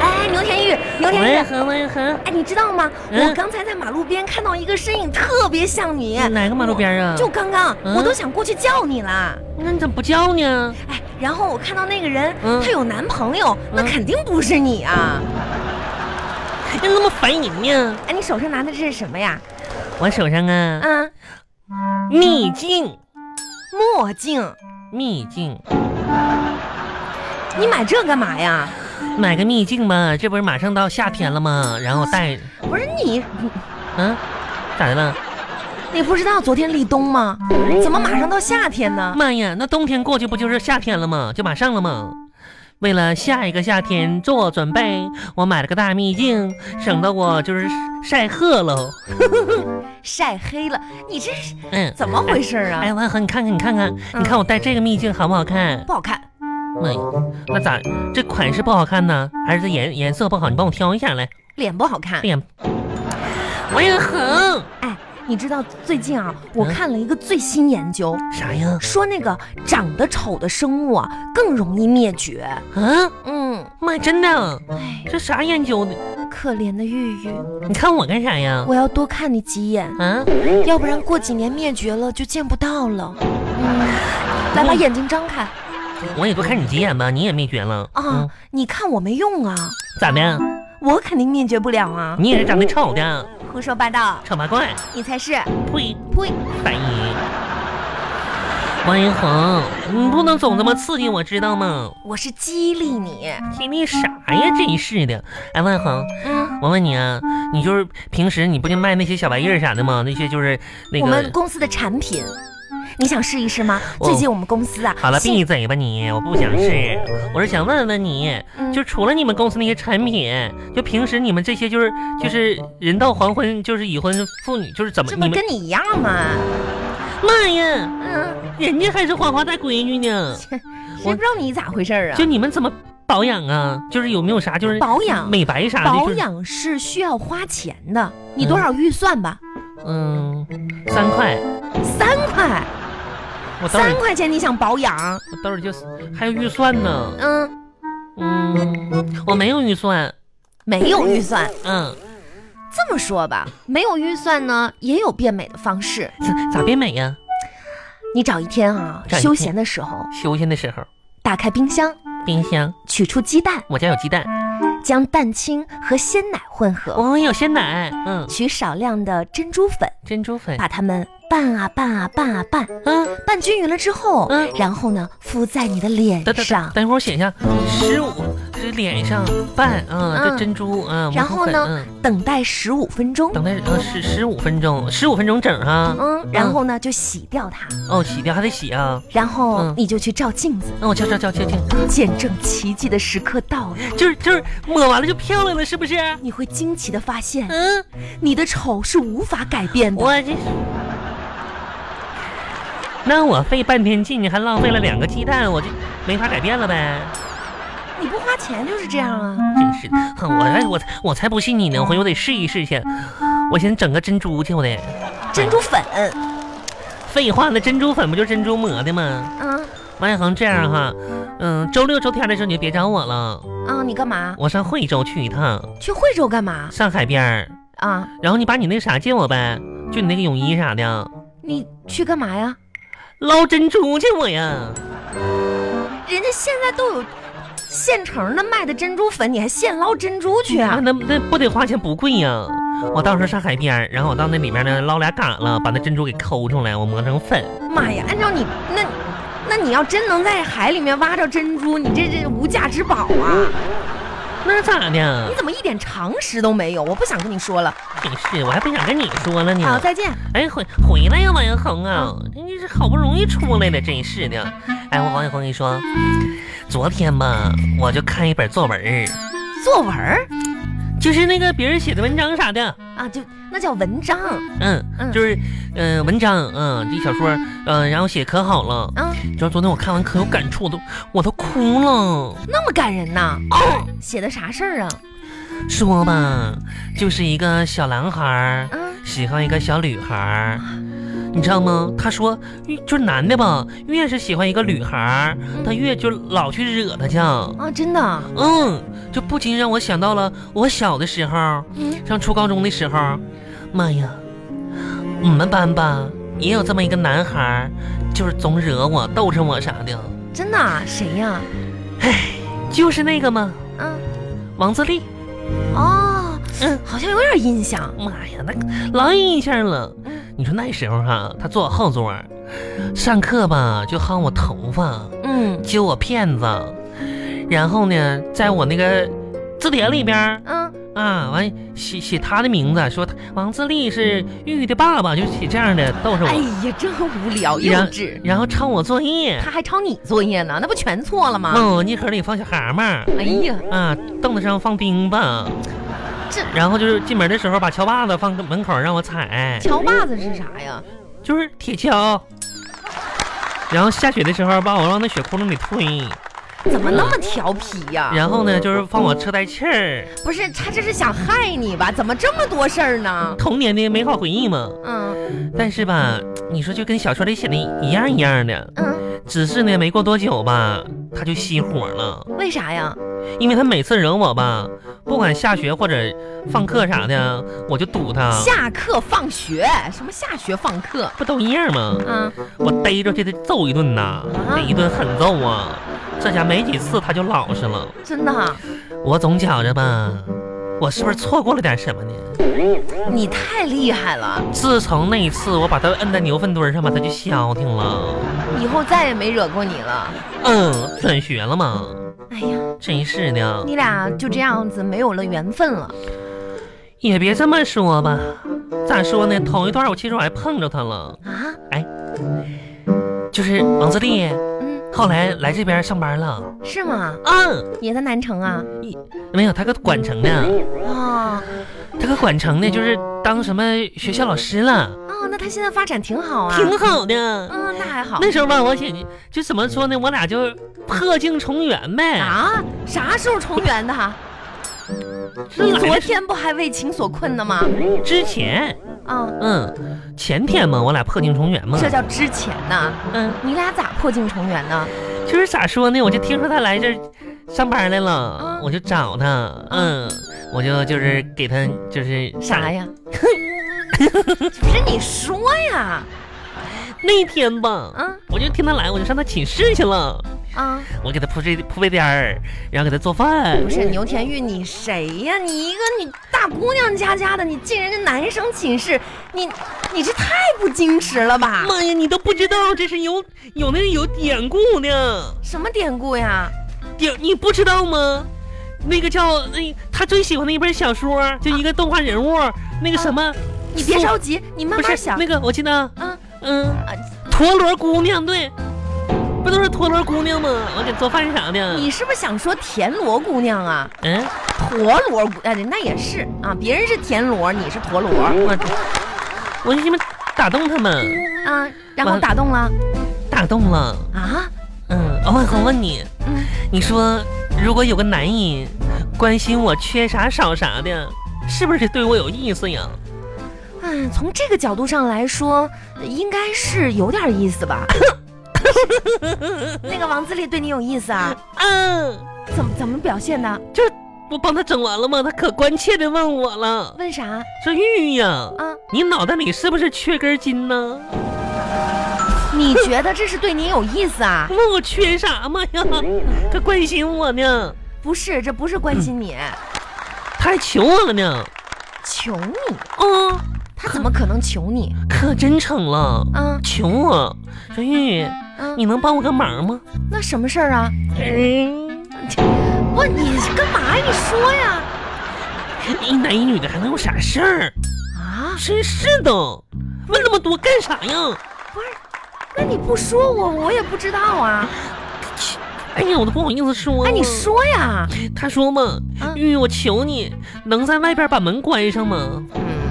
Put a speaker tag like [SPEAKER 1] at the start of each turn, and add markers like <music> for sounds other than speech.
[SPEAKER 1] 哎有点
[SPEAKER 2] 王一
[SPEAKER 1] 远。
[SPEAKER 2] 恒，王一恒，
[SPEAKER 1] 哎，你知道吗？
[SPEAKER 2] 嗯
[SPEAKER 1] 我刚才在马路边看到一个身影，特别像你。
[SPEAKER 2] 哪个马路边啊？
[SPEAKER 1] 就刚刚，
[SPEAKER 2] 嗯
[SPEAKER 1] 我都想过去叫你了。
[SPEAKER 2] 那你怎么不叫呢？
[SPEAKER 1] 哎，然后我看到那个人，
[SPEAKER 2] 嗯
[SPEAKER 1] 她有男朋友，那
[SPEAKER 2] 嗯
[SPEAKER 1] 肯定不是你啊！
[SPEAKER 2] 还那么烦人呢？
[SPEAKER 1] 哎，你手上拿的这是什么呀？
[SPEAKER 2] 我手上啊，
[SPEAKER 1] 嗯，
[SPEAKER 2] 秘境，
[SPEAKER 1] 墨镜。
[SPEAKER 2] 秘境，
[SPEAKER 1] 你买这干嘛呀？
[SPEAKER 2] 买个秘境吧，这不是马上到夏天了吗？然后带，
[SPEAKER 1] 不是你，
[SPEAKER 2] 嗯，咋的了？
[SPEAKER 1] 你不知道昨天立冬吗？怎么马上到夏天呢？
[SPEAKER 2] 妈呀，那冬天过去不就是夏天了吗？就马上了吗？为了下一个夏天做准备，我买了个大秘境，省得我就是晒黑喽。
[SPEAKER 1] 晒黑了，你这是
[SPEAKER 2] 嗯，
[SPEAKER 1] 怎么回事啊？嗯
[SPEAKER 2] 哎，万恒，你看看，你看看，你看我戴这个秘境好不好看？
[SPEAKER 1] 不好看。
[SPEAKER 2] 妈呀，那咋这款式不好看呢？还是这颜颜色不好？你帮我挑一下来。
[SPEAKER 1] 脸不好看。
[SPEAKER 2] 脸，万恒，
[SPEAKER 1] 哎，你知道最近啊，我
[SPEAKER 2] 嗯
[SPEAKER 1] 看了一个最新研究，
[SPEAKER 2] 啥呀？
[SPEAKER 1] 说那个长得丑的生物啊更容易灭绝。
[SPEAKER 2] 啊，
[SPEAKER 1] 嗯，
[SPEAKER 2] 妈，真的，
[SPEAKER 1] 哎，
[SPEAKER 2] 这啥研究的？
[SPEAKER 1] 可怜的玉玉，
[SPEAKER 2] 你看我干啥呀？
[SPEAKER 1] 我要多看你几眼，
[SPEAKER 2] 啊，
[SPEAKER 1] 要不然过几年灭绝了就见不到了。嗯，来把眼睛张开
[SPEAKER 2] 我也多看你几眼吧，你也灭绝了
[SPEAKER 1] 啊
[SPEAKER 2] 嗯！
[SPEAKER 1] 你看我没用啊，
[SPEAKER 2] 咋的？
[SPEAKER 1] 我肯定灭绝不了啊！
[SPEAKER 2] 你也是长得丑的，
[SPEAKER 1] 胡说八道，
[SPEAKER 2] 丑八怪，
[SPEAKER 1] 你才是！
[SPEAKER 2] 呸，
[SPEAKER 1] 呸！
[SPEAKER 2] 白银。王一恒，你不能总这么刺激我，知道吗？
[SPEAKER 1] 我是激励你。
[SPEAKER 2] 激励啥呀？真是的。哎，万恒，
[SPEAKER 1] 嗯，
[SPEAKER 2] 我问你啊，你就是平时你不就卖那些小玩意儿啥的吗？那些就是那
[SPEAKER 1] 我们
[SPEAKER 2] 个……
[SPEAKER 1] 公司的产品，你想试一试吗？
[SPEAKER 2] 我
[SPEAKER 1] 最近我们公司啊，
[SPEAKER 2] 好了，
[SPEAKER 1] 新
[SPEAKER 2] 闭嘴吧你！我不想试，我是想问问你，
[SPEAKER 1] 嗯
[SPEAKER 2] 就除了你们公司那些产品，就平时你们这些就是就是人到黄昏就是已婚妇女就是怎么
[SPEAKER 1] 这
[SPEAKER 2] 你
[SPEAKER 1] 不
[SPEAKER 2] 们？
[SPEAKER 1] 跟你一样吗？
[SPEAKER 2] 妈呀，
[SPEAKER 1] 嗯，
[SPEAKER 2] 人家还是花花大闺女呢。
[SPEAKER 1] 谁不知道你咋回事儿啊
[SPEAKER 2] 就？你们怎么保养啊？就是有没有啥就是
[SPEAKER 1] 保养
[SPEAKER 2] 美白啥的？
[SPEAKER 1] 保
[SPEAKER 2] 就是
[SPEAKER 1] 养是需要花钱的，你多少预算吧？
[SPEAKER 2] 嗯，三块，
[SPEAKER 1] 三块，
[SPEAKER 2] 啊我兜
[SPEAKER 1] 三
[SPEAKER 2] 里
[SPEAKER 1] 块钱你想保养？
[SPEAKER 2] 我兜里就还有预算呢。
[SPEAKER 1] 嗯，
[SPEAKER 2] 嗯，我没有预算。
[SPEAKER 1] 没有预算。
[SPEAKER 2] 嗯，
[SPEAKER 1] 这么说吧，没有预算呢，也有变美的方式。
[SPEAKER 2] 咋咋变美呀？
[SPEAKER 1] 你找一天啊，
[SPEAKER 2] 找一天
[SPEAKER 1] 休闲的时候，
[SPEAKER 2] 休闲的时候，
[SPEAKER 1] 打开冰箱，
[SPEAKER 2] 冰箱
[SPEAKER 1] 取出鸡蛋，
[SPEAKER 2] 我家有鸡蛋，哦
[SPEAKER 1] 将蛋清和鲜奶混合，
[SPEAKER 2] 我有鲜奶，嗯，
[SPEAKER 1] 取少量的珍珠粉，
[SPEAKER 2] 珍珠粉，
[SPEAKER 1] 把它们拌啊拌啊拌啊拌，
[SPEAKER 2] 嗯，
[SPEAKER 1] 拌均匀了之后
[SPEAKER 2] 嗯，
[SPEAKER 1] 然后呢，敷在你的脸
[SPEAKER 2] 等等等
[SPEAKER 1] 上，
[SPEAKER 2] 等一会儿写一下，十五是脸上半，嗯，这
[SPEAKER 1] 嗯
[SPEAKER 2] 珍珠，嗯，
[SPEAKER 1] 然
[SPEAKER 2] 蘑菇
[SPEAKER 1] 后
[SPEAKER 2] 粉
[SPEAKER 1] 呢
[SPEAKER 2] 嗯
[SPEAKER 1] 等待十五分钟。
[SPEAKER 2] 等待呃十十五分钟，十五分钟整哈，
[SPEAKER 1] 嗯，然后呢就洗掉它，
[SPEAKER 2] 哦，洗掉还得洗啊，
[SPEAKER 1] 然后
[SPEAKER 2] 嗯
[SPEAKER 1] 你就去照镜子，
[SPEAKER 2] 那我瞧瞧瞧瞧瞧。
[SPEAKER 1] 见证奇迹的时刻到了，
[SPEAKER 2] 就是就是抹完了就漂亮了，是不是？
[SPEAKER 1] 你会惊奇的发现，
[SPEAKER 2] 嗯，
[SPEAKER 1] 你的丑是无法改变的。
[SPEAKER 2] 我这。那我费半天劲，还浪费了两个鸡蛋，我就没法改变了呗。
[SPEAKER 1] 你不花钱就是这样啊！
[SPEAKER 2] 真是的，哼我哎我我才不信你呢，我回头我得试一试去。我先整个珍珠去，我得。
[SPEAKER 1] 珍珠粉，
[SPEAKER 2] 废话，那珍珠粉不就珍珠磨的吗？
[SPEAKER 1] 嗯
[SPEAKER 2] 王小恒，这样哈，嗯，周六周天的时候你就别找我了，
[SPEAKER 1] 啊，你干嘛？
[SPEAKER 2] 我上惠州去一趟，
[SPEAKER 1] 去惠州干嘛
[SPEAKER 2] 上海边儿，
[SPEAKER 1] 啊？
[SPEAKER 2] 然后你把你那啥借我呗，就你那个泳衣啥的，
[SPEAKER 1] 你去干嘛呀？
[SPEAKER 2] 捞珍珠去我呀。
[SPEAKER 1] 人家现在都有现成的卖的珍珠粉，你还现捞珍珠去
[SPEAKER 2] 啊，
[SPEAKER 1] 啊？
[SPEAKER 2] 那那不得花钱不贵呀、我到时候上海边儿，然后我到那里面呢捞俩嘎了，把那珍珠给抠出来，我磨成粉。
[SPEAKER 1] 妈呀！按照你那，那你要真能在海里面挖着珍珠，你这这无价之宝啊！
[SPEAKER 2] 那咋的
[SPEAKER 1] 你？怎么一点常识都没有？我不想跟你说了。
[SPEAKER 2] 真是，我还不想跟你说了
[SPEAKER 1] 好，
[SPEAKER 2] 呢。
[SPEAKER 1] 再见。
[SPEAKER 2] 哎，回回来呀，王一恒啊，你这好不容易出来了，真是的。哎，我王一恒跟你说，昨天吧，我就看一本作文儿，
[SPEAKER 1] 作文儿
[SPEAKER 2] 就是那个别人写的文章啥的，
[SPEAKER 1] 啊，就那叫文章
[SPEAKER 2] 嗯，
[SPEAKER 1] 嗯
[SPEAKER 2] 就是，嗯、文章，嗯，这小说，嗯、然后写可好了。
[SPEAKER 1] 啊，
[SPEAKER 2] 你知道昨天我看完可有感触，我都我都哭了。
[SPEAKER 1] 那么感人呐！
[SPEAKER 2] 哦
[SPEAKER 1] 写的啥事儿啊？
[SPEAKER 2] 说吧，就是一个小男孩儿
[SPEAKER 1] 嗯
[SPEAKER 2] 喜欢一个小女孩儿，你知道吗？他说，越就是男的吧，越是喜欢一个女孩儿，他越就老去惹她去。
[SPEAKER 1] 嗯啊，真的，
[SPEAKER 2] 嗯，这不禁让我想到了我小的时候，
[SPEAKER 1] 嗯，
[SPEAKER 2] 上初高中的时候，妈呀，我们班吧也有这么一个男孩儿，就是总惹我、逗着我啥的，
[SPEAKER 1] 真的啊，谁呀？
[SPEAKER 2] 就是那个嘛，
[SPEAKER 1] 嗯，
[SPEAKER 2] 王自立。
[SPEAKER 1] 哦，
[SPEAKER 2] 嗯
[SPEAKER 1] 好像有点印象。
[SPEAKER 2] 妈呀，那来一下了
[SPEAKER 1] 嗯。
[SPEAKER 2] 你说那时候哈、他坐我后座，上课吧就薅我头发，
[SPEAKER 1] 嗯
[SPEAKER 2] 揪我辫子，然后呢，在我那个字典里边儿
[SPEAKER 1] 嗯，
[SPEAKER 2] 啊，完写写他的名字，说他王自立是玉的爸爸，就写这样的逗着
[SPEAKER 1] 哎
[SPEAKER 2] 我，
[SPEAKER 1] 呀，真无聊，幼
[SPEAKER 2] 然
[SPEAKER 1] 稚。
[SPEAKER 2] 然后抄我作业，
[SPEAKER 1] 他还抄你作业呢，那不全错了吗？
[SPEAKER 2] 往我泥壳里放小蛤蟆。
[SPEAKER 1] 哎呀，
[SPEAKER 2] 啊，凳子上放钉子，
[SPEAKER 1] 这
[SPEAKER 2] 然后就是进门的时候把乔把子放门口让我踩，
[SPEAKER 1] 乔把子是啥呀？
[SPEAKER 2] 就是铁锹。然后下雪的时候把我往那雪窟窿里推，
[SPEAKER 1] 怎么那么调皮呀、
[SPEAKER 2] 然后呢就是放
[SPEAKER 1] 哦
[SPEAKER 2] 我车带气儿，
[SPEAKER 1] 不是，他这是想害你吧？怎么这么多事儿呢？
[SPEAKER 2] 童年的美好回忆嘛。
[SPEAKER 1] 嗯
[SPEAKER 2] 但是吧，你说就跟小说里写的一样一样的，
[SPEAKER 1] 嗯，
[SPEAKER 2] 只是呢没过多久吧，他就熄火了，
[SPEAKER 1] 为啥呀？
[SPEAKER 2] 因为他每次惹我吧，不管下学或者放课啥的，我就堵他，
[SPEAKER 1] 下课放学，什么下学放课？
[SPEAKER 2] 不都一样吗？
[SPEAKER 1] 啊，
[SPEAKER 2] 我逮着就得揍一顿呐，
[SPEAKER 1] 啊
[SPEAKER 2] 得一顿狠揍啊！这家没几次他就老实了。
[SPEAKER 1] 真的啊，
[SPEAKER 2] 我总觉着吧，我是不是错过了点什么呢？
[SPEAKER 1] 你太厉害了，
[SPEAKER 2] 自从那一次我把他摁在牛粪堆上吧，他就消停了。
[SPEAKER 1] 以后再也没惹过你了。
[SPEAKER 2] 嗯，转学了嘛，
[SPEAKER 1] 哎呀，
[SPEAKER 2] 真是的，
[SPEAKER 1] 你俩就这样子没有了缘分了。
[SPEAKER 2] 也别这么说吧。咋说呢？头一段我其实我还碰着他了，
[SPEAKER 1] 啊，
[SPEAKER 2] 就是王自立，
[SPEAKER 1] 嗯，
[SPEAKER 2] 后来来这边上班了。
[SPEAKER 1] 是吗？
[SPEAKER 2] 嗯，
[SPEAKER 1] 也在南城啊？
[SPEAKER 2] 没有，他搁管城呢，
[SPEAKER 1] 哦，
[SPEAKER 2] 他搁管城呢，就是当什么学校老师了。
[SPEAKER 1] 哦，那他现在发展挺好啊。
[SPEAKER 2] 挺好的。
[SPEAKER 1] 嗯，那还好。
[SPEAKER 2] 那时候吧，我写就怎么说呢，我俩就破镜重圆呗。
[SPEAKER 1] 啊，啥时候重圆的？
[SPEAKER 2] 是
[SPEAKER 1] 你
[SPEAKER 2] 哪
[SPEAKER 1] 昨
[SPEAKER 2] 个
[SPEAKER 1] 天不还为情所困呢吗？
[SPEAKER 2] 之前，
[SPEAKER 1] 啊，
[SPEAKER 2] 嗯，前天嘛，我俩破镜重圆嘛。
[SPEAKER 1] 这叫之前呢。
[SPEAKER 2] 嗯，
[SPEAKER 1] 你俩咋破镜重圆呢？
[SPEAKER 2] 就是咋说呢，我就听说他来这儿上班来了
[SPEAKER 1] 嗯，
[SPEAKER 2] 我就找他，
[SPEAKER 1] 啊
[SPEAKER 2] 嗯，我就就是给他就是
[SPEAKER 1] 啥？
[SPEAKER 2] <laughs>
[SPEAKER 1] 呀？不是你说呀？
[SPEAKER 2] 那天吧，
[SPEAKER 1] 啊
[SPEAKER 2] 我就听他来，我就上他寝室去了，
[SPEAKER 1] 啊，
[SPEAKER 2] 我给他铺被铺被垫儿，然后给他做饭。
[SPEAKER 1] 不是牛田玉，你谁呀？你一个你大姑娘家家的，你进人家男生寝室，你你这太不矜持了吧？
[SPEAKER 2] 妈呀，你都不知道这是有有那有典故呢。
[SPEAKER 1] 什么典故呀？
[SPEAKER 2] 顶，你不知道吗？那个叫那他最喜欢的一本小说，就一个动画人物，那个什么，
[SPEAKER 1] 你别
[SPEAKER 2] 苏
[SPEAKER 1] 着急，你啊慢
[SPEAKER 2] 不
[SPEAKER 1] 慢
[SPEAKER 2] 是
[SPEAKER 1] 想。
[SPEAKER 2] 那个，我记得，
[SPEAKER 1] 啊
[SPEAKER 2] 嗯
[SPEAKER 1] 啊，
[SPEAKER 2] 陀螺姑娘，对，不都是陀螺姑娘吗？我给做饭啥的，
[SPEAKER 1] 你是不是想说田螺姑娘啊？
[SPEAKER 2] 嗯，
[SPEAKER 1] 陀螺姑，哎，那也是啊，别人是田螺，你是陀螺
[SPEAKER 2] 我我就这么打动他们，
[SPEAKER 1] 啊，然后
[SPEAKER 2] 完
[SPEAKER 1] 打动了
[SPEAKER 2] 打动了，
[SPEAKER 1] 啊，
[SPEAKER 2] 嗯，王万红问你，
[SPEAKER 1] 嗯，
[SPEAKER 2] 你说如果有个男人关心我缺啥少啥的，是不是对我有意思呀？
[SPEAKER 1] 哎，从这个角度上来说，应该是有点意思吧。那个王自立对你有意思啊？
[SPEAKER 2] 嗯、
[SPEAKER 1] 怎么怎么表现的？
[SPEAKER 2] 不帮他整完了吗？他可关切的问我了，
[SPEAKER 1] 问啥啊？
[SPEAKER 2] 说玉呀，你脑袋里是不是缺根筋呢？
[SPEAKER 1] 你觉得这是对你有意思啊？
[SPEAKER 2] 问我缺啥嘛呀？他关心我呢，
[SPEAKER 1] 不是，这不是关心你，
[SPEAKER 2] 他还求我呢，
[SPEAKER 1] 求你，
[SPEAKER 2] 嗯，
[SPEAKER 1] 他怎么可能求你？
[SPEAKER 2] 可真诚了，
[SPEAKER 1] 啊
[SPEAKER 2] 求我说玉，
[SPEAKER 1] 啊，
[SPEAKER 2] 你能帮我个忙吗？
[SPEAKER 1] 那什么事儿啊？
[SPEAKER 2] 嗯，
[SPEAKER 1] 不，你干嘛？你说呀？
[SPEAKER 2] 一男一女的还能有啥事儿？
[SPEAKER 1] 啊，
[SPEAKER 2] 真是的，问那么多干啥呀？
[SPEAKER 1] 那你不说我，我也不知道啊。
[SPEAKER 2] 哎呀，我都不好意思说。哎
[SPEAKER 1] 哎，你，说呀？
[SPEAKER 2] 他说嘛哎
[SPEAKER 1] 啊，
[SPEAKER 2] 嗯玉，我求你，能在外边把门关上吗？
[SPEAKER 1] 嗯，